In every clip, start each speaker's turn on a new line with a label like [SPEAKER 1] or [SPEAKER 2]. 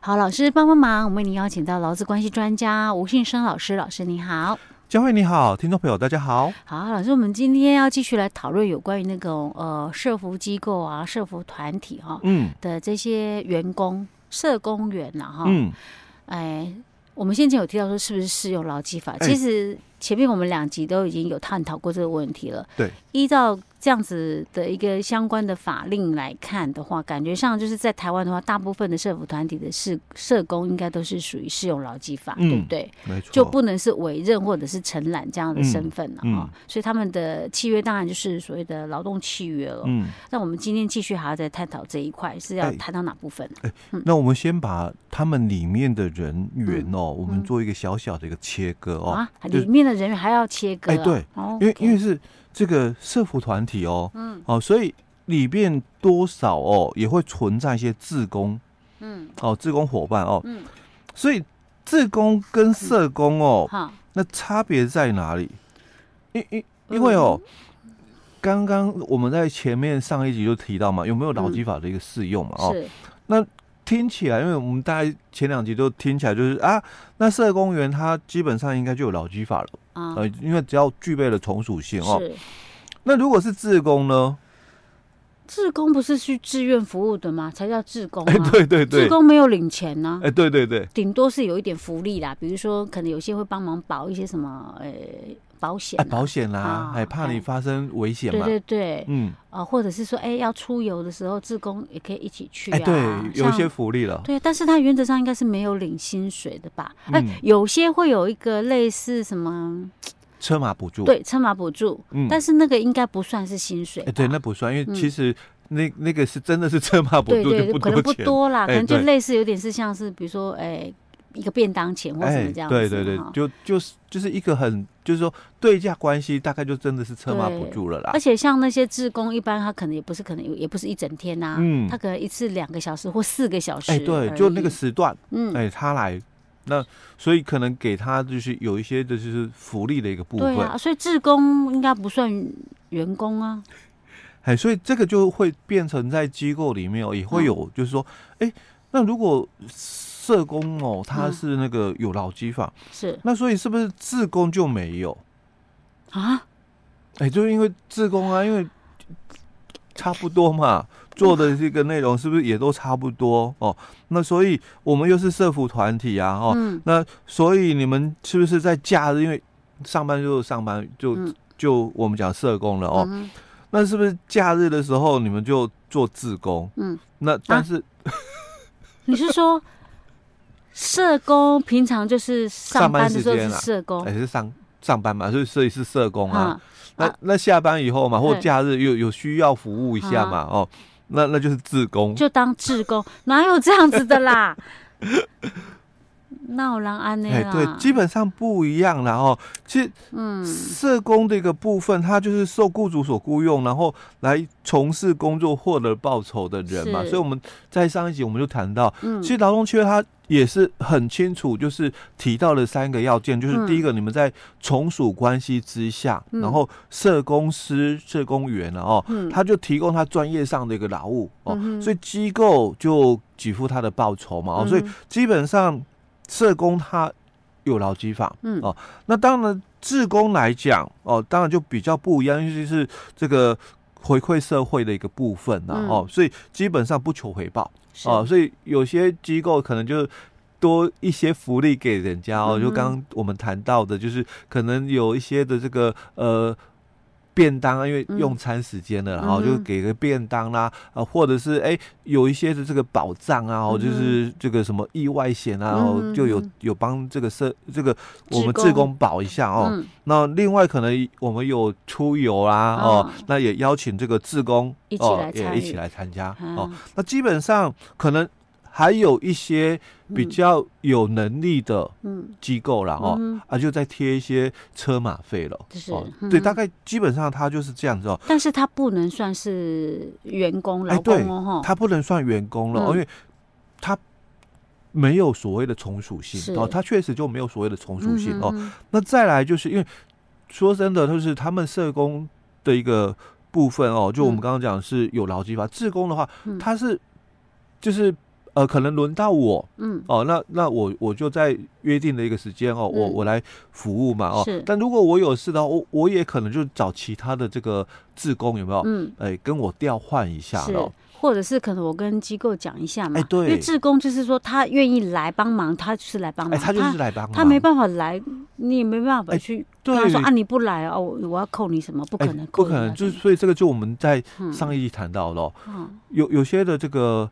[SPEAKER 1] 好，老师帮帮忙，我们为您邀请到劳资关系专家吴信生老师，老师你好。
[SPEAKER 2] 佳慧你好，听众朋友大家好。
[SPEAKER 1] 好，老师，我们今天要继续来讨论有关于那种呃社服机构啊、社服团体哈、
[SPEAKER 2] 嗯
[SPEAKER 1] 的这些员工、社工员呐、哈。
[SPEAKER 2] 嗯，
[SPEAKER 1] 哎，我们先前有提到说是不是适用劳基法？
[SPEAKER 2] 哎
[SPEAKER 1] 其实前面我们两集都已经有探讨过这个问题了。
[SPEAKER 2] 对，
[SPEAKER 1] 依照这样子的一个相关的法令来看的话，感觉上就是在台湾的话，大部分的社服团体的社社工应该都是属于适用劳基法，
[SPEAKER 2] 嗯
[SPEAKER 1] 对不对？
[SPEAKER 2] 没错，
[SPEAKER 1] 就不能是委任或者是承揽这样的身份了啊、
[SPEAKER 2] 嗯嗯
[SPEAKER 1] 所以他们的契约当然就是所谓的劳动契约了。
[SPEAKER 2] 嗯。
[SPEAKER 1] 那我们今天继续还要再探讨这一块，是要
[SPEAKER 2] 哎
[SPEAKER 1] 谈到哪部分呢？啊
[SPEAKER 2] 那我们先把他们里面的人员哦，我们做一个小小的一个切割哦，
[SPEAKER 1] 嗯啊，
[SPEAKER 2] 就
[SPEAKER 1] 里面的人员还要切割、啊。
[SPEAKER 2] 哎对
[SPEAKER 1] 哦，
[SPEAKER 2] 因为
[SPEAKER 1] OK
[SPEAKER 2] 因为是这个社服团体哦，嗯，哦，所以里面多少哦也会存在一些志工，嗯，哦，志工伙伴哦，
[SPEAKER 1] 嗯，
[SPEAKER 2] 所以志工跟社工哦，
[SPEAKER 1] 哈，
[SPEAKER 2] 那差别在哪里？因因
[SPEAKER 1] 嗯
[SPEAKER 2] 因为哦。刚刚我们在前面上一集就提到嘛，有没有劳基法的一个适用嘛？哦，
[SPEAKER 1] 嗯是
[SPEAKER 2] 听起来，因为我们大概前两集都听起来就是啊，那社工员他基本上应该就有劳基法了，
[SPEAKER 1] 啊，
[SPEAKER 2] 呃，因为只要具备了从属性哦。
[SPEAKER 1] 是哦
[SPEAKER 2] 那如果是自工呢？
[SPEAKER 1] 志工不是去志愿服务的吗？才叫志工
[SPEAKER 2] 哎、
[SPEAKER 1] 啊，
[SPEAKER 2] 对对对
[SPEAKER 1] 志，工没有领钱呢、
[SPEAKER 2] 哎、对对对，
[SPEAKER 1] 顶多是有一点福利啦，比如说可能有些会帮忙保一些什么呃保险、
[SPEAKER 2] 哎、
[SPEAKER 1] 啊，
[SPEAKER 2] 保险啦
[SPEAKER 1] 啊，
[SPEAKER 2] 哎、怕你
[SPEAKER 1] 哎
[SPEAKER 2] 发生危险
[SPEAKER 1] 对
[SPEAKER 2] 嘛，
[SPEAKER 1] 对对，
[SPEAKER 2] 嗯，
[SPEAKER 1] 啊、或者是说哎、要出游的时候，志工也可以一起去啊，
[SPEAKER 2] 哎、对，有一些
[SPEAKER 1] 像
[SPEAKER 2] 福利了，
[SPEAKER 1] 对，但是他原则上应该是没有领薪水的吧？哎、
[SPEAKER 2] 嗯
[SPEAKER 1] 有些会有一个类似什么
[SPEAKER 2] 车马补助，，
[SPEAKER 1] 对车马补助，
[SPEAKER 2] 嗯，
[SPEAKER 1] 但
[SPEAKER 2] 是
[SPEAKER 1] 是那个应该不算是薪水
[SPEAKER 2] 哎、
[SPEAKER 1] 吧。
[SPEAKER 2] 对，那不算，因为
[SPEAKER 1] 嗯
[SPEAKER 2] 其实那、那个是真的是车马补
[SPEAKER 1] 对
[SPEAKER 2] 助
[SPEAKER 1] 对
[SPEAKER 2] 就
[SPEAKER 1] 对，
[SPEAKER 2] 不
[SPEAKER 1] 可能不
[SPEAKER 2] 钱，
[SPEAKER 1] 多啦，可
[SPEAKER 2] 哎
[SPEAKER 1] 能就
[SPEAKER 2] 对
[SPEAKER 1] 类似有点是像是比如说，哎，一个便当钱或什么这样子嘛，
[SPEAKER 2] 哎对对对
[SPEAKER 1] 哈，
[SPEAKER 2] 就就是就是一个很就是说对价关系，大概就真的是车马补
[SPEAKER 1] 对
[SPEAKER 2] 助了啦
[SPEAKER 1] 而。且像那些志工，一般他可能也不是可能也不是一整天呐、
[SPEAKER 2] 嗯
[SPEAKER 1] 他可能一次两个小时或四个啊小时而
[SPEAKER 2] 哎、
[SPEAKER 1] 已。
[SPEAKER 2] 对，就那个时段，
[SPEAKER 1] 嗯，
[SPEAKER 2] 哎、他来，那所以可能给他就是有一些的就是福利的一个部分
[SPEAKER 1] 对，啊，所以志工应该不算员工啊。
[SPEAKER 2] 哎、所以这个就会变成在机构里面哦，也会
[SPEAKER 1] 嗯
[SPEAKER 2] 有就是说，哎、那如果社工哦，他
[SPEAKER 1] 嗯
[SPEAKER 2] 是那个有劳基法，
[SPEAKER 1] 是
[SPEAKER 2] 那所以是不是自工就没有？
[SPEAKER 1] 啊，
[SPEAKER 2] 哎、就因为自工啊，因为差不多嘛，做的这个内容是不是也都差不多哦？那所以我们又是社服团体啊，哦，
[SPEAKER 1] 嗯，
[SPEAKER 2] 那所以你们是不是在假日？因为上班就是上班，就、
[SPEAKER 1] 嗯
[SPEAKER 2] 就我们讲社工了哦。
[SPEAKER 1] 嗯
[SPEAKER 2] 那是不是假日的时候你们就做自工？
[SPEAKER 1] 嗯，
[SPEAKER 2] 那但是、
[SPEAKER 1] 你是说社工平常就是上
[SPEAKER 2] 上班
[SPEAKER 1] 班的时候
[SPEAKER 2] 时间
[SPEAKER 1] 是
[SPEAKER 2] 啦
[SPEAKER 1] 社工
[SPEAKER 2] 也、哎是上上班嘛，所以所以是社工
[SPEAKER 1] 哦
[SPEAKER 2] 啊。
[SPEAKER 1] 啊？
[SPEAKER 2] 那、
[SPEAKER 1] 啊
[SPEAKER 2] 那下班以后嘛，或
[SPEAKER 1] 对啊
[SPEAKER 2] 假日有有需要服务一下嘛，哦，那那就是自工。
[SPEAKER 1] 就当志工，哪有这样子的 啦？那有人安内
[SPEAKER 2] 哎，
[SPEAKER 1] 啦，
[SPEAKER 2] 对，基本上不一样啦哦。其实
[SPEAKER 1] 嗯
[SPEAKER 2] 社工的一个部分，他就是受雇主所雇佣，然后来从事工作获得报酬的人嘛。
[SPEAKER 1] 是
[SPEAKER 2] 所以我们在上一集我们就谈到，
[SPEAKER 1] 嗯
[SPEAKER 2] 其实劳动契约它也是很清楚，就是提到了三个要件，就是
[SPEAKER 1] 嗯
[SPEAKER 2] 第一个，你们在从属关系之下，
[SPEAKER 1] 嗯
[SPEAKER 2] 然后社工师、社工员了、哦，
[SPEAKER 1] 嗯
[SPEAKER 2] 他就提供他专业上的一个劳务哦，
[SPEAKER 1] 嗯哼
[SPEAKER 2] 所以机构就给付他的报酬嘛哦，所以
[SPEAKER 1] 嗯
[SPEAKER 2] 基本上社工他有劳基法，
[SPEAKER 1] 嗯
[SPEAKER 2] 哦，那当然志工来讲哦，当然就比较不一样，尤其是这个回馈社会的一个部分呐、
[SPEAKER 1] 嗯
[SPEAKER 2] 哦，所以基本上不求回报
[SPEAKER 1] 是
[SPEAKER 2] 哦，所以有些机构可能就。多一些福利给人家哦，
[SPEAKER 1] 嗯哼
[SPEAKER 2] 就刚刚我们谈到的，就是可能有一些的这个呃便当啊，因为
[SPEAKER 1] 嗯
[SPEAKER 2] 用餐时间了，然后
[SPEAKER 1] 嗯
[SPEAKER 2] 就
[SPEAKER 1] 哼
[SPEAKER 2] 给个便当啦，啊，或者是哎、有一些的这个保障啊，
[SPEAKER 1] 嗯
[SPEAKER 2] 哦，
[SPEAKER 1] 哼
[SPEAKER 2] 就是这个什么意外险啊，然
[SPEAKER 1] 嗯
[SPEAKER 2] 后
[SPEAKER 1] 哼
[SPEAKER 2] 就有
[SPEAKER 1] 嗯
[SPEAKER 2] 有帮这个社这个我们
[SPEAKER 1] 志
[SPEAKER 2] 志
[SPEAKER 1] 工
[SPEAKER 2] 工保一下哦。
[SPEAKER 1] 嗯
[SPEAKER 2] 那另外可能我们有出游啦，哦，
[SPEAKER 1] 嗯
[SPEAKER 2] 那也邀请这个志工
[SPEAKER 1] 一起
[SPEAKER 2] 哦
[SPEAKER 1] 来，参
[SPEAKER 2] 也一
[SPEAKER 1] 与
[SPEAKER 2] 起来参加哦。
[SPEAKER 1] 啊
[SPEAKER 2] 那基本上可能还有一些比
[SPEAKER 1] 嗯
[SPEAKER 2] 较有能力的
[SPEAKER 1] 嗯
[SPEAKER 2] 机构啦，哦，
[SPEAKER 1] 嗯
[SPEAKER 2] 啊，就再贴一些车马费了。
[SPEAKER 1] 就是
[SPEAKER 2] 哦
[SPEAKER 1] 嗯，
[SPEAKER 2] 对，大概基本上它就是这样子哦，
[SPEAKER 1] 但是他不能算是员工、
[SPEAKER 2] 哎
[SPEAKER 1] 劳工哦，吼
[SPEAKER 2] 它不能算员工了，哦
[SPEAKER 1] 嗯
[SPEAKER 2] 因为它没有所谓的从属性
[SPEAKER 1] 是
[SPEAKER 2] 哦，它确实就没有所谓的从属性哦。
[SPEAKER 1] 嗯哼
[SPEAKER 2] 那再来就是因为说真的，就是他们社工的一个部分哦，就我们
[SPEAKER 1] 嗯
[SPEAKER 2] 刚刚讲是有劳基法，志工的话
[SPEAKER 1] 嗯，
[SPEAKER 2] 他是就是呃，可能轮到我
[SPEAKER 1] 嗯，
[SPEAKER 2] 哦，那那我我就在约定的一个时间哦，我
[SPEAKER 1] 嗯
[SPEAKER 2] 我来服务嘛哦
[SPEAKER 1] 是。
[SPEAKER 2] 但如果我有事的话，我我也可能就找其他的这个志工有没有？
[SPEAKER 1] 嗯，
[SPEAKER 2] 哎，跟我调换一下
[SPEAKER 1] 是
[SPEAKER 2] 咯。，
[SPEAKER 1] 或者是可能我跟机构讲一下嘛，
[SPEAKER 2] 哎对
[SPEAKER 1] 因为志工就是说他愿意来帮忙，他就是来帮
[SPEAKER 2] 哎，
[SPEAKER 1] 忙，
[SPEAKER 2] 他就是来帮忙，
[SPEAKER 1] 哦他没办法来，你也没办法
[SPEAKER 2] 嗯哎
[SPEAKER 1] 去跟
[SPEAKER 2] 对
[SPEAKER 1] 他说、啊，你不来哦，我我要扣你什么？不可能
[SPEAKER 2] 哎，
[SPEAKER 1] 扣
[SPEAKER 2] 不
[SPEAKER 1] 你
[SPEAKER 2] 可
[SPEAKER 1] 啊，
[SPEAKER 2] 能，就是所以这个就我们在
[SPEAKER 1] 嗯
[SPEAKER 2] 上一集谈到了，
[SPEAKER 1] 嗯
[SPEAKER 2] 有有些的这个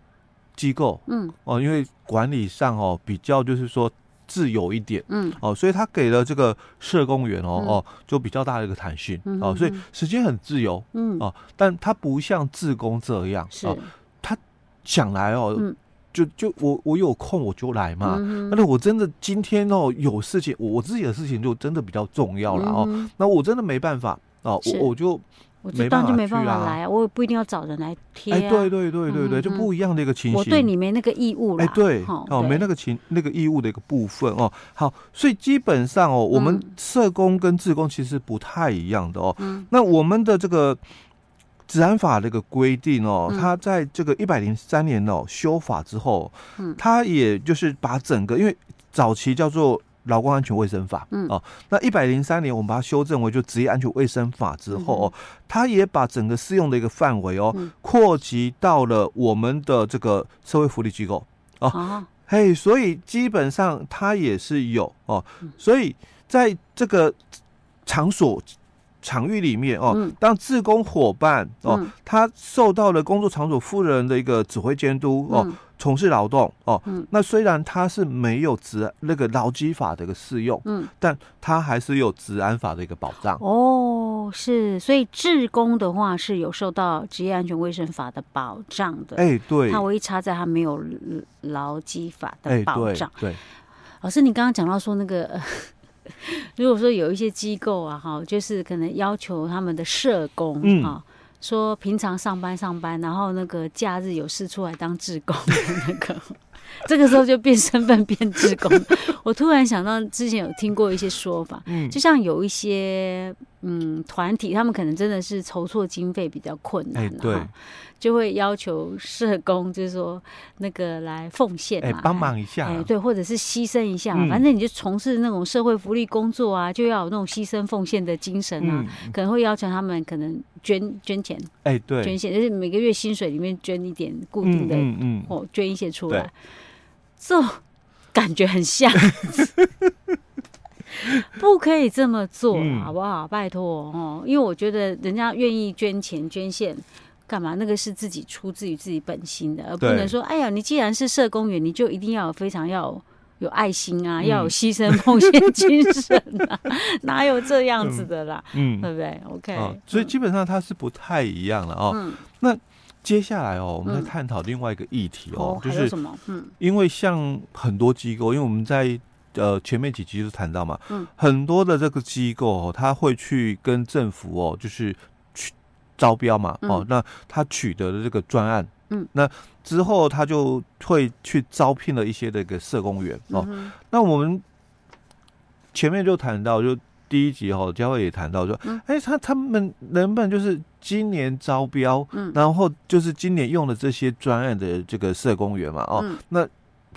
[SPEAKER 2] 机构
[SPEAKER 1] 嗯
[SPEAKER 2] 哦，因为管理上哦比较就是说自由一点
[SPEAKER 1] 嗯
[SPEAKER 2] 哦，所以他给了这个社工员哦、
[SPEAKER 1] 嗯
[SPEAKER 2] 哦就比较大的一个弹性
[SPEAKER 1] 嗯
[SPEAKER 2] 哦，
[SPEAKER 1] 哼
[SPEAKER 2] 所以
[SPEAKER 1] 哼
[SPEAKER 2] 时间很自由，
[SPEAKER 1] 嗯，
[SPEAKER 2] 哦但他不像自工这样
[SPEAKER 1] 是
[SPEAKER 2] 哦，想来哦、
[SPEAKER 1] 嗯
[SPEAKER 2] 就就我我有空我就来嘛。
[SPEAKER 1] 嗯
[SPEAKER 2] 但是我真的今天哦有事情，我我自己的事情就真的比较重要了哦。
[SPEAKER 1] 嗯
[SPEAKER 2] 那我真的没办法哦，
[SPEAKER 1] 是
[SPEAKER 2] 我我就
[SPEAKER 1] 我
[SPEAKER 2] 没
[SPEAKER 1] 这当然就
[SPEAKER 2] 办法
[SPEAKER 1] 没办
[SPEAKER 2] 去
[SPEAKER 1] 法
[SPEAKER 2] 啊
[SPEAKER 1] 来啊，我也不一定要找人来贴、啊
[SPEAKER 2] 哎，对对对对对，
[SPEAKER 1] 嗯
[SPEAKER 2] 就
[SPEAKER 1] 嗯
[SPEAKER 2] 不一样的一个情形。
[SPEAKER 1] 我对你没那个义务啦，
[SPEAKER 2] 哎，对，
[SPEAKER 1] 吼
[SPEAKER 2] 哦，没那
[SPEAKER 1] 对
[SPEAKER 2] 个情那个义务的一个部分哦。好，所以基本上哦，我们
[SPEAKER 1] 嗯
[SPEAKER 2] 社工跟志工其实不太一样的哦。
[SPEAKER 1] 嗯
[SPEAKER 2] 那我们的这个治安法的一个规定哦，
[SPEAKER 1] 嗯
[SPEAKER 2] 它在这个一百零三年哦修法之后，
[SPEAKER 1] 嗯
[SPEAKER 2] 它也就是把整个因为早期叫做。劳工安全卫生法，
[SPEAKER 1] 嗯
[SPEAKER 2] 哦，那一百零三年我们把它修正为就职业安全卫生法之后哦，它也把整个适用的一个范围哦
[SPEAKER 1] 嗯，
[SPEAKER 2] 扩及到了我们的这个社会福利机构，哦
[SPEAKER 1] 啊
[SPEAKER 2] 嘿，所以基本上它也是有哦，
[SPEAKER 1] 嗯
[SPEAKER 2] 所以在这个场所场域里面哦，
[SPEAKER 1] 嗯
[SPEAKER 2] 当志工伙伴哦，
[SPEAKER 1] 嗯
[SPEAKER 2] 他受到了工作场所负责人的一个指挥监督哦，
[SPEAKER 1] 嗯
[SPEAKER 2] 从事劳动哦，
[SPEAKER 1] 嗯
[SPEAKER 2] 那虽然他是没有职那个劳基法的一个适用，
[SPEAKER 1] 嗯
[SPEAKER 2] 但他还是有治安法的一个保障。
[SPEAKER 1] 哦，是，所以志工的话是有受到职业安全卫生法的保障的。
[SPEAKER 2] 哎，对，
[SPEAKER 1] 他唯一差在他没有呃劳基法的
[SPEAKER 2] 哎，
[SPEAKER 1] 保
[SPEAKER 2] 对
[SPEAKER 1] 障。，
[SPEAKER 2] 对，
[SPEAKER 1] 老师，你刚刚讲到说那个， 呃如果说有一些机构啊，哈，就是可能要求他们的社工啊。
[SPEAKER 2] 嗯
[SPEAKER 1] 说平常上班上班，然后那个假日有事出来当志工的那个， 这个时候就变身份变志工了。我突然想到之前有听过一些说法，
[SPEAKER 2] 嗯，
[SPEAKER 1] 就像有一些嗯团体，他们可能真的是筹措经费比较困难、
[SPEAKER 2] 哎，
[SPEAKER 1] 啊，
[SPEAKER 2] 对，
[SPEAKER 1] 就会要求社工，就是说那个来奉献
[SPEAKER 2] 哎
[SPEAKER 1] 嘛，，
[SPEAKER 2] 帮忙一下，
[SPEAKER 1] 哎，对，或者是牺牲一下嘛，
[SPEAKER 2] 嗯
[SPEAKER 1] 反正你就从事那种社会福利工作啊，就要有那种牺牲奉献的精神啊。
[SPEAKER 2] 嗯，
[SPEAKER 1] 可能会要求他们可能捐捐钱，
[SPEAKER 2] 哎，对，
[SPEAKER 1] 捐献，就是每个月薪水里面捐一点固定的，
[SPEAKER 2] 嗯嗯嗯，
[SPEAKER 1] 或哦捐一些出
[SPEAKER 2] 对
[SPEAKER 1] 来，这种感觉很像，不可以这么做，
[SPEAKER 2] 嗯
[SPEAKER 1] 好不好？拜托哦，因为我觉得人家愿意捐钱捐献。干嘛？那个是自己出自于自己本心的，而不
[SPEAKER 2] 对
[SPEAKER 1] 能说，哎呀，你既然是社工员，你就一定要有非常要有有爱心啊，
[SPEAKER 2] 嗯
[SPEAKER 1] 要有牺牲奉献精神啊， 哪有这样子的啦，
[SPEAKER 2] 嗯
[SPEAKER 1] 对不对？OK，、
[SPEAKER 2] 啊，所以基本上它是不太一样了哦。
[SPEAKER 1] 嗯，
[SPEAKER 2] 接下来哦，我们
[SPEAKER 1] 嗯
[SPEAKER 2] 在探讨另外一个议题哦
[SPEAKER 1] 哦，，
[SPEAKER 2] 就
[SPEAKER 1] 还有
[SPEAKER 2] 是
[SPEAKER 1] 什么？嗯
[SPEAKER 2] 因为像很多机构，因为我们在呃前面几集就谈到嘛，
[SPEAKER 1] 嗯
[SPEAKER 2] 很多的这个机构哦，它会去跟政府哦，就是去招标嘛，哦
[SPEAKER 1] 嗯，
[SPEAKER 2] 那他取得的这个专案，
[SPEAKER 1] 嗯，
[SPEAKER 2] 那之后他就会去招聘了一些这个社工员哦，
[SPEAKER 1] 嗯
[SPEAKER 2] 那我们前面就谈到，就第一集哈，佳慧也谈到说，哎、
[SPEAKER 1] 嗯
[SPEAKER 2] 他他们能不能就是今年招标，
[SPEAKER 1] 嗯
[SPEAKER 2] 然后就是今年用的这些专案的这个社工员嘛，哦，
[SPEAKER 1] 嗯
[SPEAKER 2] 那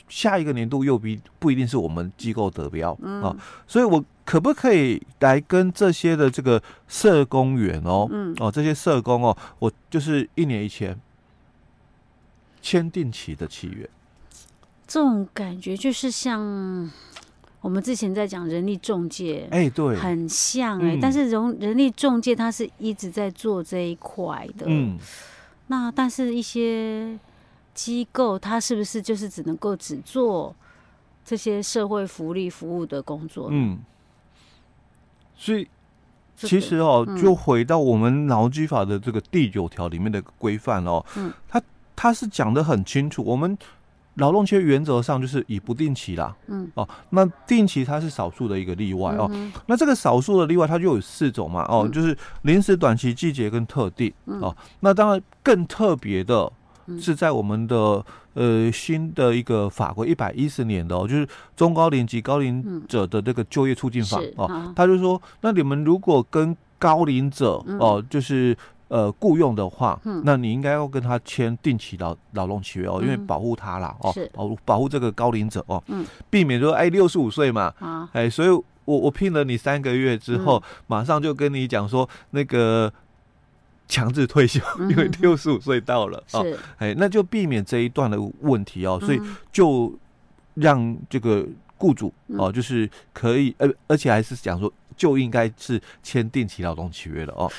[SPEAKER 2] 下一个年度又不一不一定是我们机构得标、
[SPEAKER 1] 嗯
[SPEAKER 2] 哦，所以我可不可以来跟这些的这个社工员哦，
[SPEAKER 1] 嗯
[SPEAKER 2] 哦，这些社工哦，我就是一年一签，签定期的契约，
[SPEAKER 1] 这种感觉就是像我们之前在讲人力中介，
[SPEAKER 2] 哎、对，
[SPEAKER 1] 很像哎、
[SPEAKER 2] 嗯
[SPEAKER 1] 但是人人力中介它是一直在做这一块的，
[SPEAKER 2] 嗯。
[SPEAKER 1] 那但是一些机构它是不是就是只能够只做这些社会福利服务的工作？
[SPEAKER 2] 嗯，所以
[SPEAKER 1] 这
[SPEAKER 2] 其
[SPEAKER 1] 个
[SPEAKER 2] 实哦，
[SPEAKER 1] 嗯
[SPEAKER 2] 就回到我们劳基法的这个第九条里面的规范哦，
[SPEAKER 1] 嗯，
[SPEAKER 2] 它它是讲的很清楚，我们劳动契约原则上就是以不定期啦，
[SPEAKER 1] 嗯，
[SPEAKER 2] 哦，那定期它是少数的一个例外哦，
[SPEAKER 1] 嗯哼
[SPEAKER 2] 那这个少数的例外它就有四种嘛，哦，
[SPEAKER 1] 嗯
[SPEAKER 2] 就是临时、短期、季节跟特定、
[SPEAKER 1] 嗯
[SPEAKER 2] 哦，那当然更特别的
[SPEAKER 1] 嗯
[SPEAKER 2] 是在我们的呃新的一个法规一百一十年的哦，就是中高龄及高龄
[SPEAKER 1] 嗯
[SPEAKER 2] 者的这个就业促进法
[SPEAKER 1] 是
[SPEAKER 2] 哦，
[SPEAKER 1] 啊，
[SPEAKER 2] 他就说，那你们如果跟高龄者
[SPEAKER 1] 嗯
[SPEAKER 2] 哦，就是呃雇佣的话，那你应该要跟他签定期劳劳动契约哦，因为
[SPEAKER 1] 嗯
[SPEAKER 2] 保护他啦哦
[SPEAKER 1] 是，
[SPEAKER 2] 保护保护这个高龄者哦，
[SPEAKER 1] 嗯
[SPEAKER 2] 避免说哎六十五岁嘛，
[SPEAKER 1] 啊，
[SPEAKER 2] 哎，所以我我聘了你三个月之后，
[SPEAKER 1] 嗯
[SPEAKER 2] 马上就跟你讲说那个强制退休，
[SPEAKER 1] 嗯
[SPEAKER 2] 因为
[SPEAKER 1] 嗯嗯
[SPEAKER 2] 六十五岁到了哦，
[SPEAKER 1] 是，
[SPEAKER 2] 哎，那就避免这一段的问题哦，所以
[SPEAKER 1] 嗯
[SPEAKER 2] 就让这个雇主
[SPEAKER 1] 嗯
[SPEAKER 2] 哦，就是可以，呃，而且还是讲说就应该是签定期劳动契约了哦。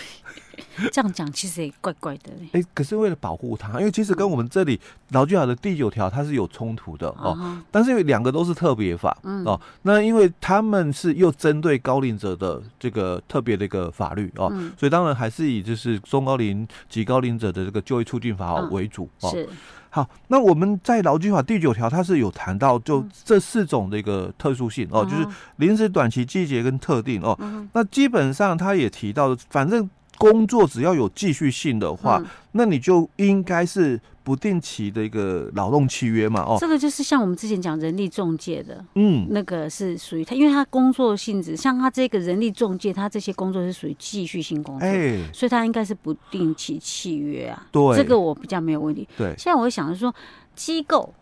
[SPEAKER 1] 这样讲其实也怪怪的嘞。
[SPEAKER 2] 哎，可是为了保护他，因为其实跟我们这里劳基法的第九条它是有冲突的哦，
[SPEAKER 1] 啊，
[SPEAKER 2] 但是有两个都是特别法。
[SPEAKER 1] 嗯
[SPEAKER 2] 哦，那因为他们是又针对高龄者的这个特别的一个法律哦，
[SPEAKER 1] 嗯，
[SPEAKER 2] 所以当然还是以就是中高龄及高龄者的这个就业促进法
[SPEAKER 1] 嗯
[SPEAKER 2] 为主哦。
[SPEAKER 1] 是，
[SPEAKER 2] 好，那我们在劳基法第九条，它是有谈到就
[SPEAKER 1] 嗯
[SPEAKER 2] 这四种的一个特殊性哦，就是临时、短期、季节跟特定哦。
[SPEAKER 1] 嗯
[SPEAKER 2] 那基本上它也提到，反正工作只要有继续性的话，
[SPEAKER 1] 嗯
[SPEAKER 2] 那你就应该是不定期的一个劳动契约嘛哦。
[SPEAKER 1] 这个就是像我们之前讲人力中介的，
[SPEAKER 2] 嗯，
[SPEAKER 1] 那个是属于他，因为他工作性质，像他这个人力中介，他这些工作是属于继续性工作，
[SPEAKER 2] 哎、
[SPEAKER 1] 所以他应该是不定期契约啊。
[SPEAKER 2] 对
[SPEAKER 1] 这个我比较没有问题。
[SPEAKER 2] 对，
[SPEAKER 1] 现在我会想着说，机构、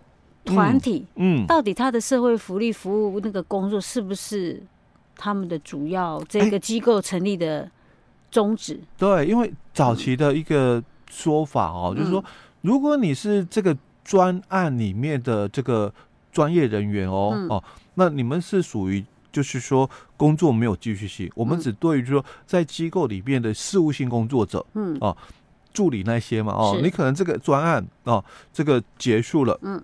[SPEAKER 1] 团体、
[SPEAKER 2] 嗯，
[SPEAKER 1] 到底他的社会福利服务那个工作是不是他们的主要这
[SPEAKER 2] 哎
[SPEAKER 1] 个机构成立的宗旨？
[SPEAKER 2] 对，因为
[SPEAKER 1] 嗯
[SPEAKER 2] 早期的一个说法哦，就是说，如果你是这个专案里面的这个专业人员哦、
[SPEAKER 1] 嗯
[SPEAKER 2] 哦，那你们是属于就是说工作没有继续性，我们
[SPEAKER 1] 嗯
[SPEAKER 2] 只对于说在机构里面的事务性工作者、哦
[SPEAKER 1] 嗯
[SPEAKER 2] 助理那些嘛哦，
[SPEAKER 1] 是
[SPEAKER 2] 你可能这个专案哦，这个结束了，
[SPEAKER 1] 嗯，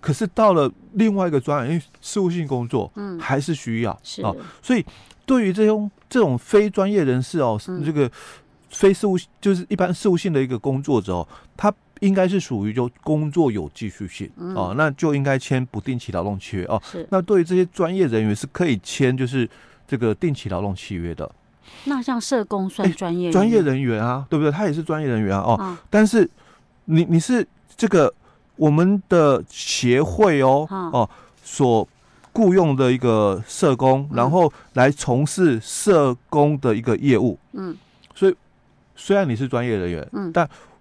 [SPEAKER 2] 可是到了另外一个专案，因为事务性工作
[SPEAKER 1] 嗯，
[SPEAKER 2] 还是需要、
[SPEAKER 1] 是
[SPEAKER 2] 哦，所以对于这种这种非专业人士哦，
[SPEAKER 1] 嗯
[SPEAKER 2] 这个非事务就是一般事务性的一个工作者哦，他应该是属于就工作有继续性、
[SPEAKER 1] 嗯
[SPEAKER 2] 哦，那就应该签不定期劳动契约哦。
[SPEAKER 1] 是。
[SPEAKER 2] 那对于这些专业人员是可以签就是这个定期劳动契约的，
[SPEAKER 1] 那像社工算专业
[SPEAKER 2] 哎专业
[SPEAKER 1] 的
[SPEAKER 2] 人员啊，对不对？他也是专业人员啊哦，
[SPEAKER 1] 啊，
[SPEAKER 2] 但是你你是这个我们的协会哦、
[SPEAKER 1] 嗯
[SPEAKER 2] 哦所雇佣的一个社工，
[SPEAKER 1] 嗯
[SPEAKER 2] 然后来从事社工的一个业务。
[SPEAKER 1] 嗯
[SPEAKER 2] 虽然你是专业人员，
[SPEAKER 1] 嗯，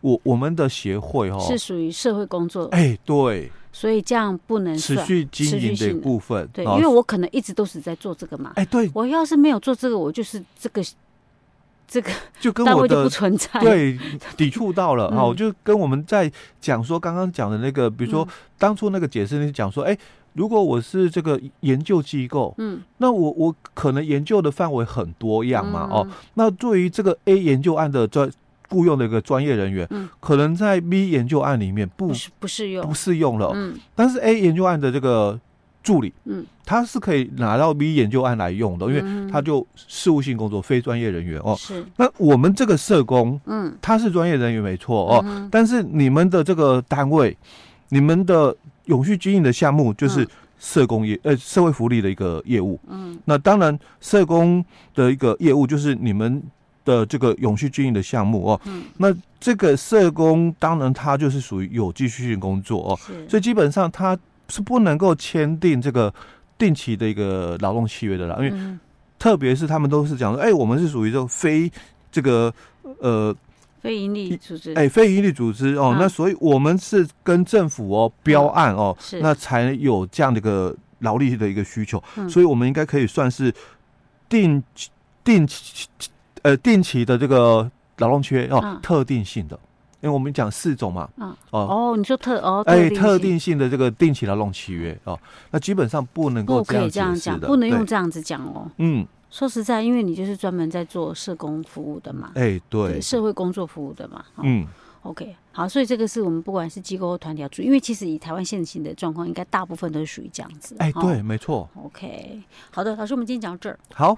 [SPEAKER 2] 我我们的协会哦，
[SPEAKER 1] 是属于社会工作，
[SPEAKER 2] 哎、对，
[SPEAKER 1] 所以这样不能
[SPEAKER 2] 持
[SPEAKER 1] 算。
[SPEAKER 2] 续经营的一个部分，
[SPEAKER 1] 对，
[SPEAKER 2] 哦
[SPEAKER 1] 因为我可能一直都是在做这个嘛。
[SPEAKER 2] 哎、对，
[SPEAKER 1] 我要是没有做这个，我就是这个这个
[SPEAKER 2] 就跟
[SPEAKER 1] 单
[SPEAKER 2] 我
[SPEAKER 1] 位就不
[SPEAKER 2] 的。
[SPEAKER 1] 存在。，
[SPEAKER 2] 对，抵触到了
[SPEAKER 1] 嗯
[SPEAKER 2] 哦，就跟我们在讲说刚刚讲的那个，比
[SPEAKER 1] 嗯
[SPEAKER 2] 如说当初那个解释，你讲说，哎，如果我是这个研究机构，
[SPEAKER 1] 嗯，
[SPEAKER 2] 那我我可能研究的范围很多样嘛，哦，
[SPEAKER 1] 嗯，
[SPEAKER 2] 那对于这个 A 研究案的专雇佣的一个专业人员，
[SPEAKER 1] 嗯
[SPEAKER 2] 可能在 B 研究案里面不
[SPEAKER 1] 不是不适
[SPEAKER 2] 不哦
[SPEAKER 1] 用。
[SPEAKER 2] 适用了，
[SPEAKER 1] 嗯
[SPEAKER 2] 但是 A 研究案的这个助理，
[SPEAKER 1] 嗯，
[SPEAKER 2] 他是可以拿到 B 研究案来用的，因为
[SPEAKER 1] 为
[SPEAKER 2] 他就事务性工作，非专业人员哦。
[SPEAKER 1] 嗯是
[SPEAKER 2] 那我们这个社工
[SPEAKER 1] 嗯
[SPEAKER 2] 他是专业人员没错哦，
[SPEAKER 1] 嗯
[SPEAKER 2] 但是你们的这个单位，你们的永续经营的项目就是
[SPEAKER 1] 嗯
[SPEAKER 2] 社工业、呃社会福利的一个业务。
[SPEAKER 1] 嗯
[SPEAKER 2] 那当然，社工的一个业务就是你们的这个永续经营的项目哦。
[SPEAKER 1] 嗯
[SPEAKER 2] 那这个社工当然他就是属于有继续性工作哦，
[SPEAKER 1] 是
[SPEAKER 2] 所以基本上他是不能够签订这个定期的一个劳动契约的啦，因为
[SPEAKER 1] 嗯
[SPEAKER 2] 特别是他们都是讲说，哎、我们是属于这种非这个呃
[SPEAKER 1] 非营利组织
[SPEAKER 2] 哎、非营利组织哦，
[SPEAKER 1] 嗯
[SPEAKER 2] 那所以我们是跟政府哦标案哦，
[SPEAKER 1] 是
[SPEAKER 2] 那才有这样的一个劳力的一个需求，
[SPEAKER 1] 嗯
[SPEAKER 2] 所以我们应该可以算是定期定期呃定期的这个劳动缺哦、
[SPEAKER 1] 嗯
[SPEAKER 2] 特定性的，因为我们讲四种嘛，
[SPEAKER 1] 嗯
[SPEAKER 2] 哦。
[SPEAKER 1] 哦，你说特哦
[SPEAKER 2] 哎，
[SPEAKER 1] 性
[SPEAKER 2] 特定性的这个定期劳动契约哦，那基本上不能够
[SPEAKER 1] 不
[SPEAKER 2] 这
[SPEAKER 1] 可
[SPEAKER 2] 样
[SPEAKER 1] 以这样
[SPEAKER 2] 解释
[SPEAKER 1] 讲，
[SPEAKER 2] 的，
[SPEAKER 1] 不能用
[SPEAKER 2] 对
[SPEAKER 1] 这样子讲哦。
[SPEAKER 2] 嗯，
[SPEAKER 1] 说实在，因为你就是专门在做社工服务的嘛，
[SPEAKER 2] 哎，对，
[SPEAKER 1] 社会工作服务的嘛，哦
[SPEAKER 2] 嗯，
[SPEAKER 1] OK，好，所以这个是我们不管是机构或团体要注意，因为其实以台湾现行的状况，应该大部分都是属于这样子。
[SPEAKER 2] 哎，
[SPEAKER 1] 哦
[SPEAKER 2] 对，没错，
[SPEAKER 1] OK，好的，老师，我们今天讲到这儿。
[SPEAKER 2] 好，